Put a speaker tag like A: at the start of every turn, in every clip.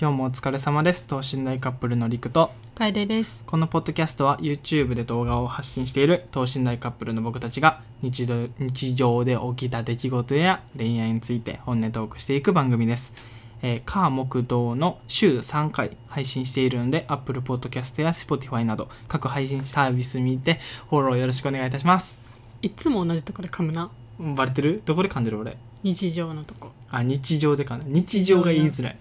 A: 今日もお疲れ様です等身大カップルのりくと
B: 楓です
A: このポッドキャストは YouTube で動画を発信している等身大カップルの僕たちが日常日常で起きた出来事や恋愛について本音トークしていく番組です。えー、火木道の週3回配信しているので Apple Podcast や Spotify など各配信サービスにてフォローよろしくお願いいたします。
B: いつも同じとこで噛むな
A: バレてるどこで噛んでる俺。
B: 日常のとこ
A: あ、日常で噛んでる日常が言いづらい。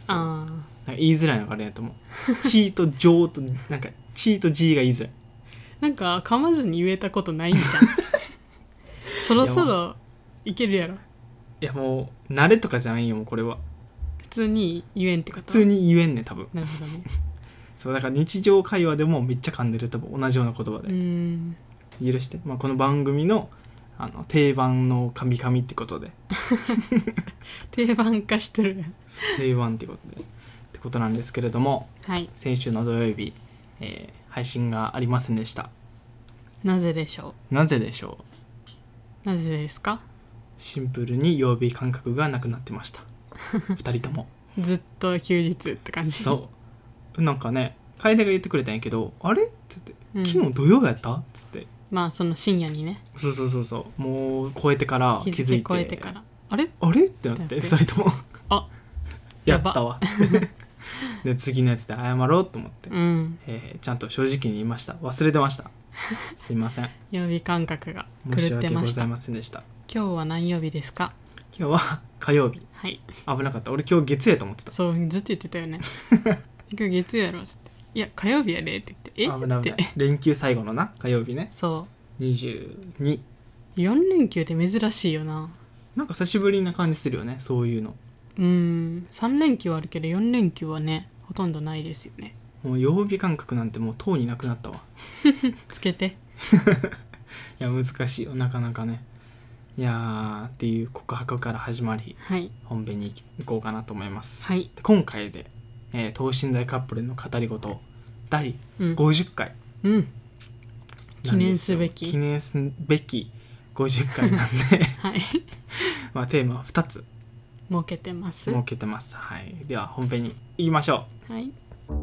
A: そう
B: ああ
A: なんか言いづらいのがあれやと思う。チーと情と、なんか、チーと G が言いづらい。
B: なんか噛まずに言えたことない んじゃんそろそろいけるやろ
A: いやもう、慣れとかじゃないよ、もうこれは。
B: 普通に言えんってこ
A: 普
B: と
A: 通に言えんねん、多分。
B: なるほどね
A: そう、だから日常会話でもめっちゃ噛んでる、多分同じような言葉
B: う
A: で。
B: ーん
A: 許して。まあ、この番組の、あの、定番の噛み噛みってことで。
B: 定番化してる
A: 定番ってことで。ってことなんですけれども、
B: はい
A: 先週の土曜日、えー配信がありませんでした。
B: なぜでしょ
A: なぜでしょう
B: うなぜですか
A: シンプルに曜日感覚がなくなってました。二人とも。
B: ずっと休日って感じ
A: そうなんかね楓が言ってくれたんやけど「あれ?」って言って
B: うん、
A: 「昨日土曜やった?」っつって
B: まあその深夜にね
A: そうそうそうそうもう超えてから気
B: 日
A: づい
B: 付
A: て
B: 超えてからあれ
A: あれってなって
B: だ
A: 2
B: って
A: 人とも
B: あ
A: やったわ で次のやつで謝ろうと思って、
B: うん
A: えーちゃんと正直に言いました忘れてましたすいません
B: 曜日感覚が
A: 申し
B: 狂って
A: 訳
B: ま
A: ご
B: し
A: ざ
B: た
A: い
B: 今
A: ませんでした
B: 日は何曜日ですか
A: 今日は火曜日
B: はい
A: 危なかった俺今日月曜やと思ってた
B: そうずっと言ってたよね 今日月曜やろっつって「いや火曜日やで」って言って「え
A: 危ない
B: っ
A: 危な
B: て
A: い連休最後のな火曜日ね
B: そ
A: 22
B: う4連休って珍しいよな
A: なんか久しぶりな感じするよねそういうの
B: うーん3連休はあるけど4連休はねほとんどないですよね
A: もう曜日感覚なんてもうとうになくなったわ
B: つけて
A: いや難しいよなかなかねいやーっていう告白から始まり
B: はい
A: 本編に行こうかなと思います
B: はい、
A: で今回で、えー等身大カップルの語り事第
B: うん、
A: 50回
B: うん
A: な
B: 記
A: んですよ
B: 念すべき
A: 記念すべき50回なんで
B: はい 設
A: まあテーマは2つ
B: けてます
A: 設けてますはいでは本編に行きましょ
B: はい、
A: う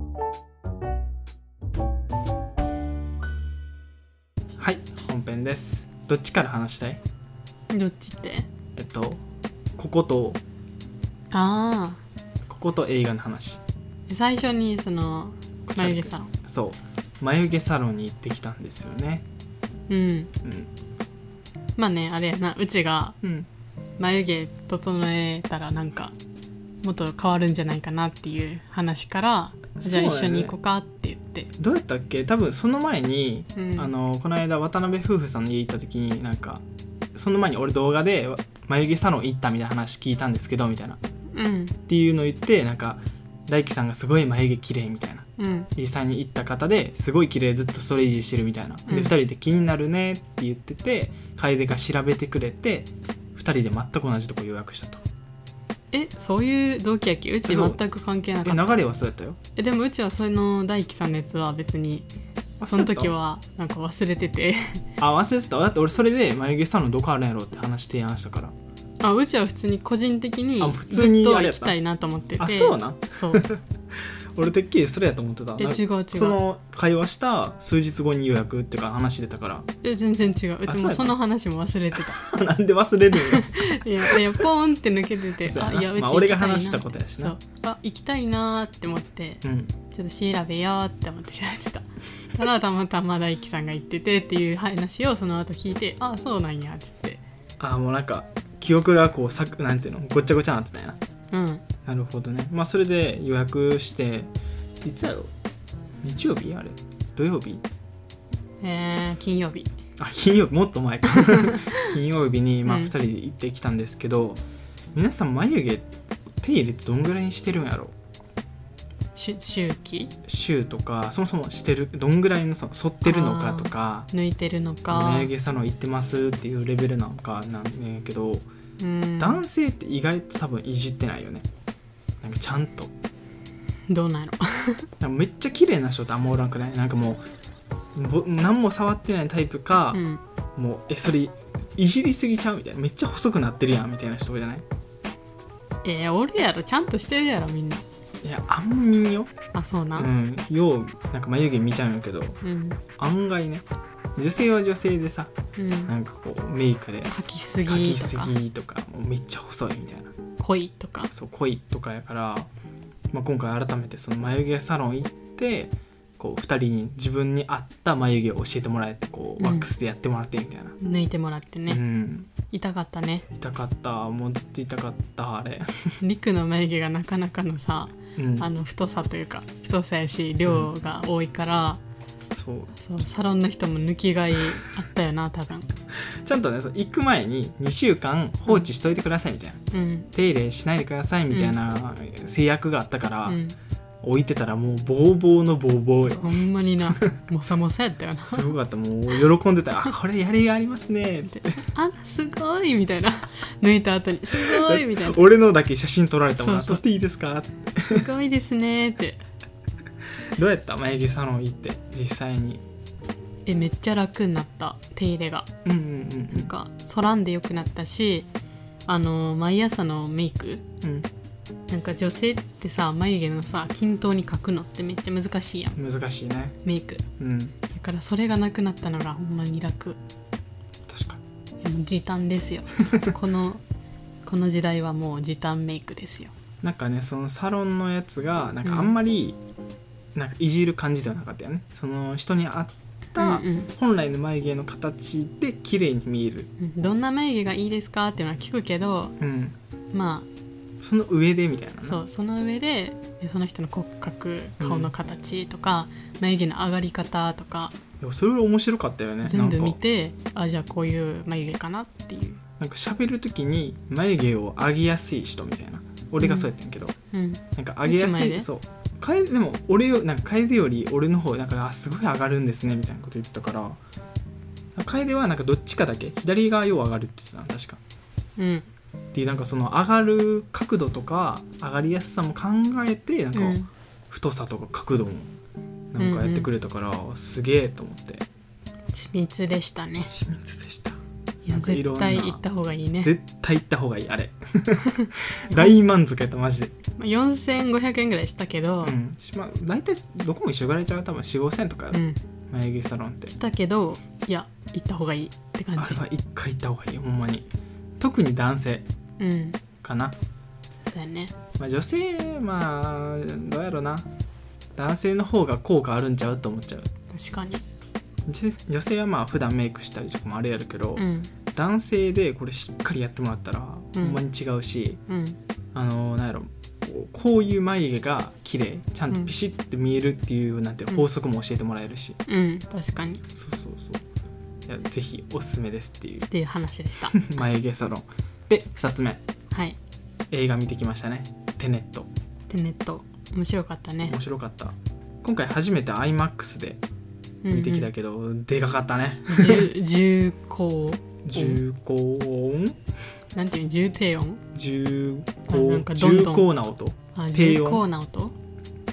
A: はい本編ですどっちから話したい
B: どっちって
A: えっとここと
B: ああ
A: ここと映画の話
B: 最初にその眉毛サロン
A: そう眉毛サロンに行ってきたんですよね
B: うん
A: うん
B: まあねあれやなうちが
A: うん
B: 眉毛整えたらなんかもっと変わるんじゃないかなっていう話からじゃあ一緒に行こうかって言って
A: どうやったっけ多分その前に、
B: うん
A: あのこの間渡辺夫婦さんの家行った時になんかその前に俺動画で眉毛サロン行ったみたいな話聞いたんですけどみたいなっ
B: うん
A: ていうのを言ってなんか大樹さんがすごい眉毛綺麗みたいな
B: うん
A: 実際に行った方ですごい綺麗ずっとそれ維持してるみたいなで、
B: うん
A: 2人で気になるねって言ってて楓が調べてくれて2人で全く同じとこ予約したと
B: えそういう動機やっけうち
A: そう
B: 全く関係な
A: で
B: かった
A: 流れはそうやったよ
B: えでもうちはその大輝さんのやつは別に
A: あ
B: その時はなんか忘れて て
A: あ忘れてただって俺それで眉毛サロンどこあるんやろって話提案したから
B: あうちは普通に個人的に
A: あ普
B: ず
A: 通
B: っ
A: に
B: と
A: あれや
B: 行
A: った
B: きたいなと思ってて
A: あそうな
B: そう
A: 俺てっきりそれやと思ってた
B: え
A: なんか
B: 違う違
A: そうの会話した数日後に予約っていうか話出たから
B: え全然違うう
A: あ
B: ち
A: そうや
B: も
A: った
B: その話も忘れてた
A: なんで忘れるんや
B: いやいやポーンって抜けてて
A: そう
B: あ
A: やない
B: やうち
A: まあ、
B: 行
A: 俺
B: きた
A: が
B: いな
A: 話したことやし
B: そ
A: な
B: うあ行きたいなーって思って
A: うん
B: ちょっと調べようって思って調べてたたらたまたま大樹さんが言っててっていう話をその後聞いてあそうなんやって言って
A: あもうなんか記憶がこうさくなんていうのごっちゃごちゃなってたんやな
B: うん
A: なるほどねまあそれで予約していつやろ日曜日あれ土曜日
B: えー、金曜日
A: あ金曜日もっと 前か金曜日に、まあ、
B: うん
A: 2人で行ってきたんですけど、皆さん眉毛手入れってどんぐらいにしてるんやろ
B: し周期
A: 週とかそもそもしてるどんぐらいのその剃ってるのかとか
B: 抜いてるのか
A: 眉毛サロン行ってますっていうレベルなのかなんやけど、
B: うん
A: 男性って意外と多分いじってないよねなんかちゃんと
B: どうなんやろ
A: なんかめっちゃ綺麗な人ってあんまおらんくないなんかもうぼ何も触ってないタイプか
B: う、ん
A: もうえそれいじりすぎちゃうみたいなめっちゃ細くなってるやんみたいな人じゃない
B: えー、おるやろちゃんとしてるやろみんな
A: いやあんま見んよ、
B: あそう
A: う、
B: なん
A: ようなんか眉毛見ちゃうんやけど
B: うん
A: 案外ね女性は女性でさ
B: うん、
A: なんかこうメイクで
B: 書きす
A: 描
B: ぎ
A: き
B: と
A: す
B: か
A: ぎとかもうめっちゃ細いみたいな
B: 濃いとか
A: そう濃いとかやから、まあ、今回改めてその眉毛サロン行ってこう2人に自分に合った眉毛を教えてもらえてこう
B: うん
A: ワックスでやってもらってみたいな、
B: 抜いてもらって
A: う
B: ね、
A: ん
B: 痛かったね
A: 痛かったもうずっと痛かったあれ、
B: リクの眉毛がなかなかのさ
A: うん、
B: あの太さというか太さやし量が多いから、
A: そう
B: そうサロンの人も抜きがいあったよな多分
A: ちゃんとねそう行く前に2週間放置しといてくださいみたいな、
B: うん
A: 手入れしないでくださいみたいな制約があったから、
B: うん
A: 置いてたらもうボーボーのボーボー よ
B: ほんまになもさもさやったよな
A: すごかったもう喜んでた「あこれやりがいありますね」って
B: あすごいみたいな抜いた後にすごいみたいな
A: 俺のだけ写真撮られたもんな
B: そうそう
A: 撮っていいですか?」って
B: すごいですねって
A: どうやった眉毛サロン行って実際に
B: えめっちゃ楽になった手入れが
A: うんうん
B: なんかそらんで良くなったしあの毎朝のメイク
A: うんうん
B: なんか女性ってさ眉毛のさ均等に描くのってめっちゃ難しいやん
A: うん難しいね
B: メイク
A: うん
B: だからそれがなくなったのがほんまに楽
A: 確か
B: いやもう時短で すよこのこの時代はもう時短メイクですよ
A: なんかねそのサロンのやつがなん
B: うん
A: かあんまり、なんかいじる感じではなかったよねその人に合った
B: うんうん
A: 本来の眉毛の形で綺麗に見える
B: うんどんな眉毛がいいですかっていうのは聞くけど
A: うん
B: ま
A: その上でみたいなね
B: あそうその上でその人の骨格顔の形とか、眉毛の上がり方とか
A: いやそれ面白かったよね
B: 全部
A: なん
B: 見
A: か
B: てあじゃあこういう眉毛かなっていう、
A: なんか喋る時に眉毛を上げやすい人みたいな俺がそうやったんやけど、
B: うん、
A: なんか上げや
B: 一
A: す
B: 枚で
A: いそう楓でも俺よなんか楓より俺の方なんかあすごい上がるんですねみたいなこと言ってたから楓はなんかどっちかだけ左側よう上がるって言ってたの確か
B: うん
A: でなんかその上がる角度とか上がりやすさも考えてなんか
B: うん
A: 太さとか角度もなんかやってくれたから、すげえと思って
B: 緻密でしたね
A: 緻密でした
B: いや
A: なんかいろん
B: 絶
A: な
B: 対行った方がいい ね
A: 絶対行った方がいいあれ大満足やったマジで、
B: まあ4500円ぐらいしたけど、
A: うんしまあ、大体どこも一緒ぐらいちゃう多分4 5千とか
B: うん、
A: 眉毛サロンって
B: したけどいや行った方がいいって感
A: あ
B: じ
A: れは一回行った方がいいほんまに特に男性
B: うん
A: かな、
B: そうやね
A: まあ、女性まあどうやろな男性の方が効果あるんちゃうと思っちゃう
B: 確かに
A: 女性女性はまあ普段メイクしたりとかもあれやるけど、
B: うん
A: 男性でこれしっかりやってもらったらほんまに違うし、
B: うん
A: あのなんやろこうこういう眉毛が綺麗ちゃんとピシッて見えるっていうなんていうの
B: うん
A: 法則も教えてもらえるし、
B: うん確かにっ
A: そうそうそういやぜひおすすめですっていう
B: ていう話でした
A: 眉毛サロンで2つ目
B: はい
A: 映画見てきましたね「テネット
B: でネット面白かった」ね
A: 面白かった今回初めて IMAX で見てきたけど、でかかったね
B: 重重高
A: 重厚音
B: なんていうの重低音
A: 重
B: あなん
A: 厚
B: かどん
A: 重
B: どん
A: 厚な音
B: あ
A: 低
B: 重
A: 音
B: 高な音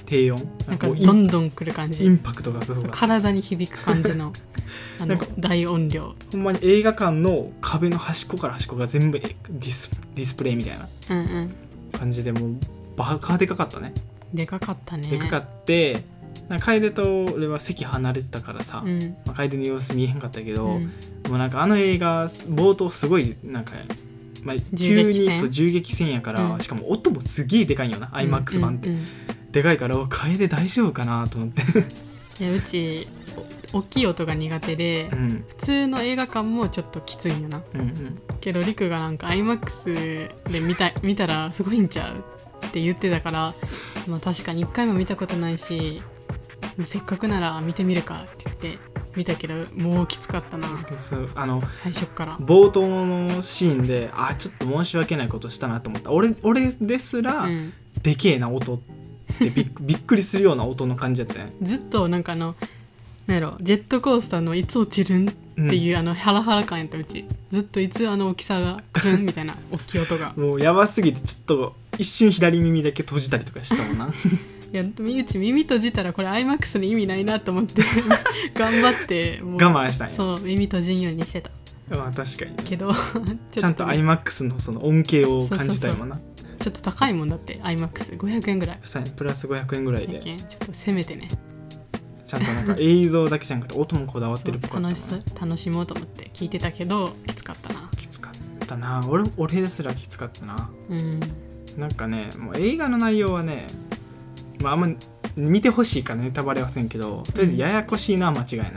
A: 低音
B: なんか
A: こう
B: どんどん来る感
A: インイ
B: じ
A: ンパクトがすご
B: そ
A: か
B: う
A: った
B: 体に響く感じのあ
A: な
B: の
A: んか
B: 大音量
A: ほんまに映画館の壁の端っこから端っこが全部えディスディスプレイみたいな
B: うんうん
A: 感じでもうバカでかかったね
B: でかかったね
A: でかかってなんか楓と俺は席離れてたからさ、
B: うん
A: まあ、楓の様子見えへんかったけど、
B: うん
A: もうなんかあの映画冒頭すごいなんか、まあ、
B: 銃
A: 急
B: 撃戦
A: にそう銃撃戦やから、
B: うん
A: しかも音もすげえでかいんよな IMAX 版って、
B: うんうん
A: でかいからお楓大丈夫かなと思って、
B: いやうちお大きい音が苦手で
A: うん、うん
B: 普通の映画館もちょっときついよな
A: うん
B: けどりくがなんか IMAX で見た見たらすごいんちゃうって言ってたから、まあ、確かに1回も見たことないし、まあ、せっかくなら見てみるかって言って見たけどもうきつかったな
A: そうあの
B: 最初っから
A: 冒頭のシーンであちょっと申し訳ないことしたなと思った俺俺ですら、
B: うん、
A: でけえな音って びっびっくりするような音の感じだったね
B: ずっとなんかあのなんやろジェットコースターのいつ落ちるんっていう、あのハラハラ感やったうちずっといつあの大きさが来るんみたい な大きい音が
A: もうやばすぎてちょっと一瞬左耳だけ閉じたりとかしたもん な
B: いやうち耳閉じたらこれ IMAX の意味ないなと思って 頑張ってもう
A: 我慢したんや
B: そう耳閉じんようにしてた
A: まあ確かにね
B: けどちょっとね
A: ちゃんと IMAX のその恩恵を感じたいもんな
B: ちちょっと高いもんだって iMAX500 円ぐらい
A: そうやねプラス500円ぐらい
B: 最
A: で
B: 近ちょっとせめてね
A: ちゃんとなんか映像だけじゃなくて音もこだわってるっぽかったもん
B: 楽しそう楽しもうと思って聞いてたけどきつかったな
A: きつかったな俺俺ですらきつかったな
B: うん
A: なんかねもう映画の内容はね、まあ、あんま見てほしいからネタバレはせんけどとりあえずややこしいのは間違いない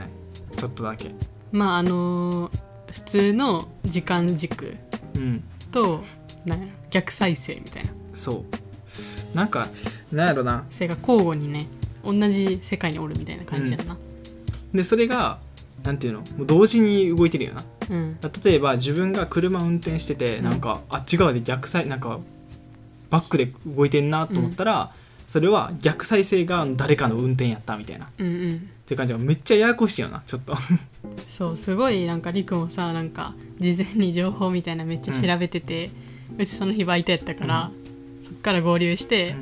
A: ちょっとだけ
B: まああのー普通の時間軸
A: うん
B: となんやろ逆再生みたいな
A: そうなんかなんやろな
B: それが交互にね同じ世界におるみたいな感じやんな
A: でそれがなんていうのもう同時に動いてるよな
B: うん、
A: 例えば自分が車運転してて、
B: うん
A: なんかあっち側で逆再なんかバックで動いてんなと思ったら、それは逆再生が誰かの運転やったみたいなっ
B: うんうん
A: て感じがめっちゃややこしいよなちょっと
B: そうすごいなんかりくもさなんか事前に情報みたいなめっちゃ調べてて、うちその日バイトやったから、そっから合流して、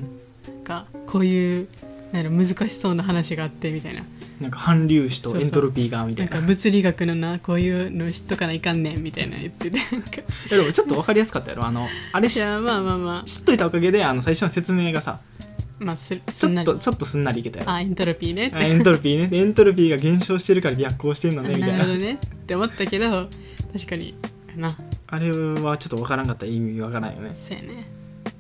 B: なんかこういうなんやろ難しそうな話があってみたいな
A: なんか反粒子とエントロピーがみた
B: ないん
A: な
B: か物理学のなこういうの知っとかないかんねんみたいな言って てなんか
A: いやでもちょっと分かりやすかったやろあのあれ
B: い
A: し
B: やまあまあま
A: 知っといたおかげであの最初の説明がさ
B: あまあする
A: ち
B: すん
A: ょ
B: な
A: っ
B: り
A: とちょっとすんなりいけたよ
B: あエントロピーねって
A: エントロピーねエントロピーが減少してるから逆行してんのねみた
B: ないる
A: な
B: ほどねって思ったけど確かにな
A: あれはちょっと分からんかったら意味分からんよね
B: そうやね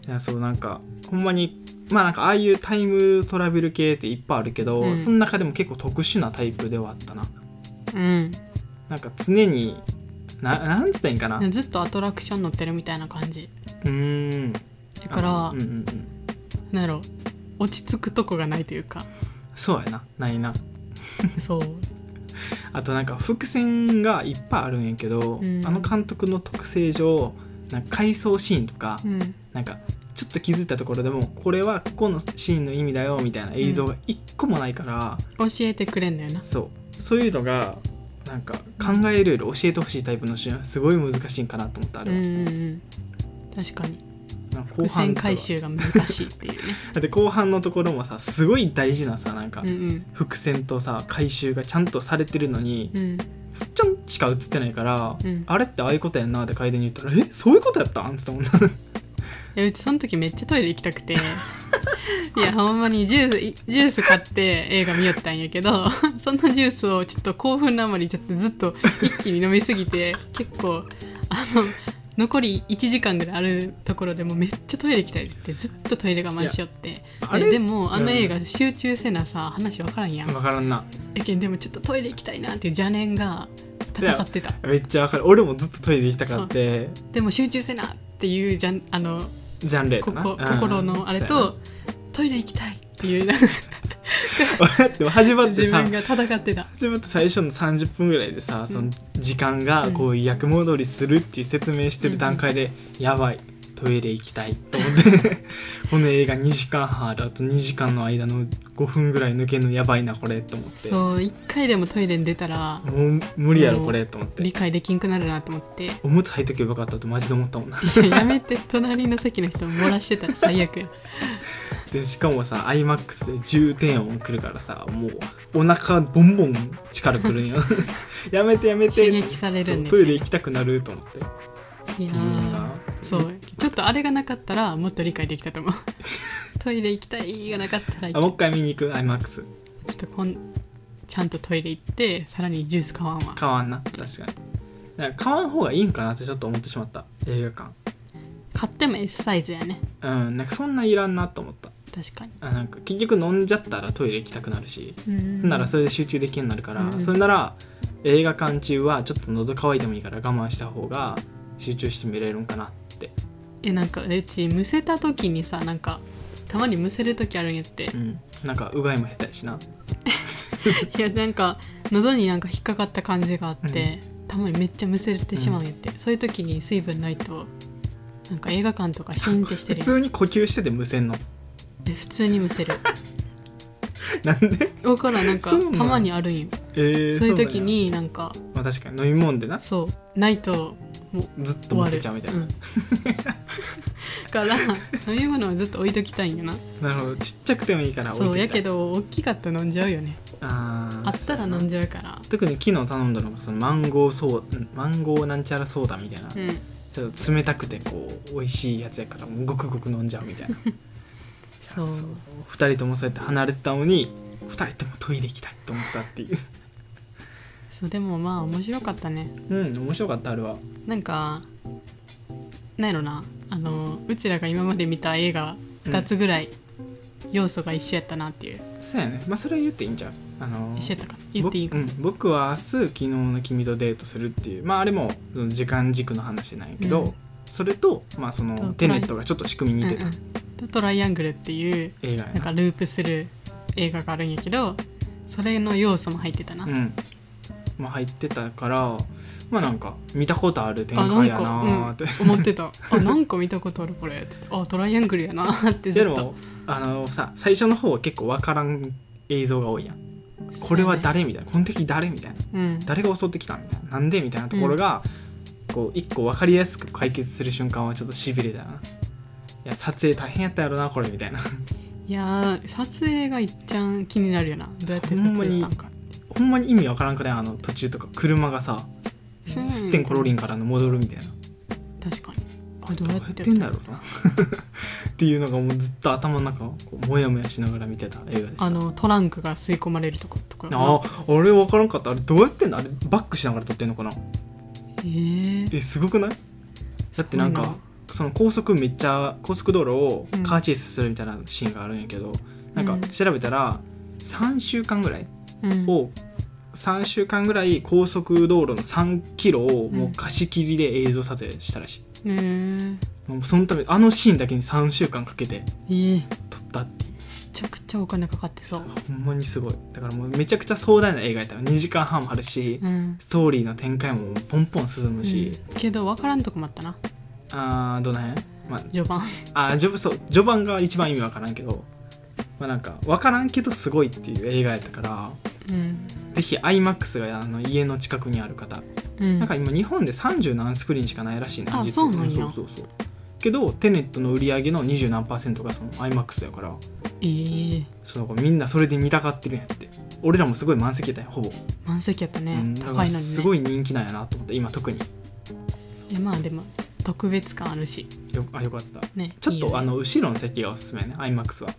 A: いやそうなんかほんまにまあなんかああいうタイムトラベル系っていっぱいあるけど、
B: うん
A: その中でも結構特殊なタイプではあったな
B: うん
A: なんか常にななんつったらいいんかな
B: でも
A: う
B: ずっとアトラクション乗ってるみたいな感じ
A: ーん
B: だから、
A: あのうんうんうん、
B: なんやろ落ち着くとこがないというか
A: そうやなないな
B: そう
A: あとなんか伏線がいっぱいあるんやけど、
B: うん
A: あの監督の特性上なんか回想シーンとか、
B: うん
A: なんかちょっと気づいたところでもこれはここのシーンの意味だよみたいな映像が一個もないから、
B: 教えてくれんのよな
A: そうそういうのがなんか考えるより教えてほしいタイプの主演はすごい難しいんかなと思ったあ
B: う
A: れは、
B: んうんうん確かに
A: なんか後半
B: 伏線
A: とか
B: 回収が難しいっていうね
A: だって後半のところもさすごい大事なさなんか
B: うんうん
A: 伏線とさ回収がちゃんとされてるのに、
B: うん
A: ちょんしか映ってないから、
B: うん
A: あれってああいうことやんなって楓に言ったら「えそういうことやったん?」って言 ったもんな
B: いやうちその時めっちゃトイレ行きた くていやほんまにジュースいジュース買って映画見よったんやけど そのジュースをちょっと興奮のあまりちょっとずっと一気に飲みすぎて結構あの残り1時間ぐらいあるところでもうめっちゃトイレ行きたいって言ってずっとトイレ我慢しよってで
A: あれ
B: でもあの映
A: う
B: 画集中せなさ話分からんやん
A: 分からんな
B: やけんでもちょっとトイレ行きたいなっていう邪念が戦ってた
A: めっちゃ分かる俺もずっとトイレ行きたかって
B: でも集中せなっていうじゃんあの
A: ジャンルやった
B: こ
A: な
B: こ
A: うん
B: 心のあれと、トイレ行きたいっていうなんか
A: そうやな 俺でも始まっ
B: 自
A: てさ
B: 分が戦ってた
A: 始まって最初の30分ぐらいでさその時間が
B: うん
A: こう役戻りするっていう説明してる段階で、やばいトイレ行きたいと思って この映画2時間半あるあと2時間の間の5分ぐらい抜けるのやばいなこれと思っても
B: そう一回でもトイレに出たら
A: う無理やろこれと思って
B: 理解できんくなるなと 思って
A: おむつ履いとけばよかったとマジで思ったもんな
B: いややめて隣の席の人漏らしてたら最悪や
A: でしかもさ iMAX で重点音くるからさもうお腹ボンボン力くるんよ やめてやめて
B: 刺激されるんです
A: そう
B: よ
A: トイレ行きたくなると思って
B: いや
A: いいな
B: ーそうちょっとあれがなかったらもっと理解できた と思うトイレ行きたいがなかったらち
A: あ
B: ょ
A: もう一回見に行く iMAX
B: っとこんちゃんとトイレ行ってさらにジュース買わんわ
A: 買わんな確かにだから買わん方がいいんかなってちょっと思ってしまった映画
B: 買っても S サイズやね
A: 館うんなんかそんないらんなと思った
B: 確かに
A: あなんか結局飲んじゃったらトイレ行きたくなるし、
B: うん
A: ならそれで集中できるようになるから、
B: うん
A: それなら映画館中はちょっと喉乾いてもいいから我慢した方が集中して見れるんかなって
B: えなんかうちむせた時にさなんかたまにむせる時あるんやって
A: うんなんかうがいも下手やしない
B: やなんか喉になんか引っかかった感じがあって、たまにめっちゃむせてしまうんやって、そういう時に水分ないとなんか映画館とかシーンってして
A: 普
B: るやん
A: 通に呼吸してて無線の
B: え普通にむせる
A: なんで
B: だからんなんか
A: そうなん
B: たまにあるんよ
A: えー
B: そういう
A: なんや
B: 時になんか
A: まあ確かに飲み物でな
B: そうないともう
A: ずっと
B: 終わ
A: 持っ
B: る
A: てちゃうみたいな、
B: うん、だ から飲み物はずっと置いときたいんよな
A: なるほどちっちゃくてもいいから置い
B: そ
A: て
B: う
A: きた
B: やけど大きかったら飲んじゃうよね
A: あー
B: あったら飲んじゃうから
A: 特に昨日頼んだのがそのマンゴーソーマンゴーなんちゃらソーダみたいな、
B: うん
A: ちょっと冷たくてこう美味しいやつやからもうごくごく飲んじゃうみたいな
B: そう
A: 2人ともそうやって離れてたのに2人ともトイレ行きたいと思ったって いう
B: そうでもまあ面白かったね
A: うん面白かったあれは
B: なんかなんやろなあのうちらが今まで見た映画2つぐらい要素が一緒やったなっていう、
A: そうやねまあそれは言っていいんじゃうあのー
B: 一緒やったか言っていいか
A: ぼうん、僕は明日昨日の君とデートするっていうまああれもその時間軸の話なんやけど、
B: うん
A: それとまあそ
B: と
A: のテネットがちょっと仕組み似てた
B: うんうんとトライアングルっていう
A: 映画や
B: なん
A: な
B: かループする映画があるんやけどそれの要素も入ってたな、
A: うんまあ入ってたからまあなんか見たことある展開やなーって、
B: 思ってた「あなんか見たことあるこれ」って言って「あトライアングルやな」ってず
A: で
B: っと
A: もあのさ最初の方は結構わからん映像が多いやんこれは誰みたいなこの敵誰みたいな
B: うん
A: 誰が襲ってきたみたいななんでみたいなところが、こう一個分かりやすく解決する瞬間はちょっとしびれたよないや撮影大変やったやろなこれみたいな
B: いやー撮影がいっちゃん気になるよなどうやって撮
A: ほんま
B: 影
A: に
B: したんか
A: ほんまに意味わからんくないあの途中とか車がさ
B: うん
A: すってんころりんからの戻るみたいな
B: 確かにあ
A: ど
B: どう
A: う
B: や
A: や
B: っ
A: っててんだろうな っていうのがもうずっと頭の中をこうモヤモヤしながら見てた映画でした
B: あのトランクが吸い込まれるとことこ
A: あーあれ分からんかったあれどうやってんだあれバックしながら撮ってんのかな
B: えー、
A: えすごくないだってなん
B: すごい
A: かその高速めっちゃ高速道路をカーチェイスするみたいなシーンがあるんやけど、なん
B: う
A: か
B: ん
A: 調べたら3週間ぐらい
B: なうん
A: を、3週間ぐらい高速道路の3キロをもう貸し切りで映像撮影したらしい、
B: えー、
A: もうそのためあのシーンだけに3週間かけて
B: えー、め
A: 撮ったっていう
B: ちゃくちゃお金かかってそう
A: ほんまにすごいだからもうめちゃくちゃ壮大な映画やった2時間半もあるし、
B: うん
A: ストーリーの展開もポンポン進むし、
B: うんけど分からんとこもあったな
A: あーどの辺、まあ、
B: 序盤
A: あージョブそう序盤が一番意味わからんけどまあなんかわからんけどすごいっていう映画やったから
B: うん、
A: ぜひ iMAX があの家の近くにある方、
B: うん、
A: なんか今日本で30何スクリーンしかないらしいね
B: あ
A: は
B: そうなんや
A: そうそうそうけどテネットの売り上げの20何パーセントがその iMAX やから
B: えー、
A: そのみんなそれで見たがってるんやって俺らもすごい満席やったんやほぼ、
B: 満席やったね、
A: うんだから
B: 高いのにね
A: すごい人気なんやなと思って今特に
B: いやまあでも特別感あるし
A: よあよかった
B: ね
A: ちょっ
B: いい
A: と
B: よね
A: あの後ろの席がおすすめやね iMAX は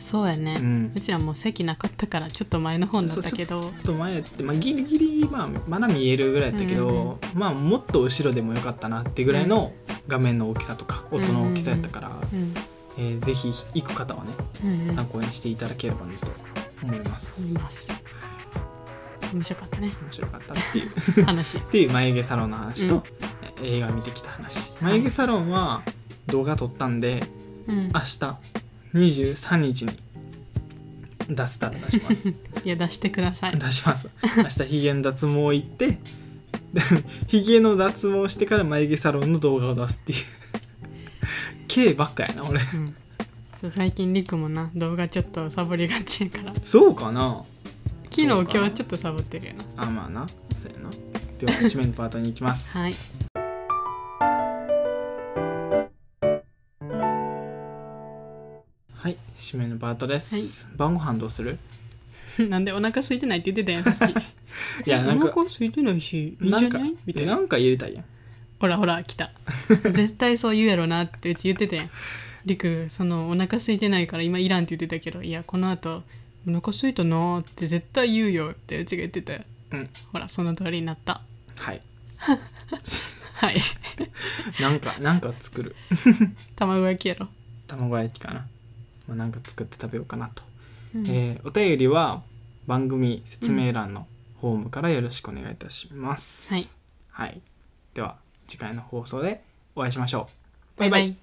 B: そうやね、
A: う
B: うんちらもう席なかったからちょっと前の方になったけど
A: ちょっと前って、まあ、ギリギリ、まあ、まだ見えるぐらいだったけど、
B: うんうん
A: まあ、もっと後ろでもよかったなってぐらいの画面の大きさとか音の大きさやったから、
B: うん
A: えーぜひ行く方はね
B: うんうん
A: 参考にしていただければなと思います、
B: います面白かった ね
A: 面白かったっていう っ
B: 話
A: ていう眉毛サロンの話と、
B: うん
A: え映画見てきた話眉毛サロンは動画撮ったんで
B: うん
A: 明日23日に出せたら出します
B: いや出してください
A: 出します明日ヒゲの脱毛行って でヒゲの脱毛してから眉毛サロンの動画を出すっていう K ばっかやな俺
B: うんそう最近りくもな動画ちょっとサボりがちやから昨
A: そうかな
B: 日
A: そ
B: 今
A: うか
B: 日はちょっとサボってるよな
A: あまあなそうやなでは締めのパートに行きます
B: はい
A: はい締めのパートです、晩ご飯どうする
B: なんでお腹空いてないって言ってたやんさっき
A: いやなん
B: お
A: か
B: 腹空いてないしいいん
A: な
B: じ
A: ん
B: ゃ
A: か
B: ないみたいな
A: なんか入れたいやん
B: ほらほら 来た絶対そう言うやろなってうち言ってたやんりくそのお腹空いてないから今いらんって言ってたけどいやこの後お腹空いたなーって絶対言うよってうちが言ってたよ
A: うん
B: ほらその通りになった
A: はい
B: はい
A: なんかなんか作る
B: 卵焼きやろ
A: 卵焼きかな、まあ、なんか作って食べようかなと
B: うん
A: えーお便りは番組説明欄のホームからよろしくお願いいたします。
B: はい
A: はい、では次回の放送でお会いしましょう。
B: バイバイ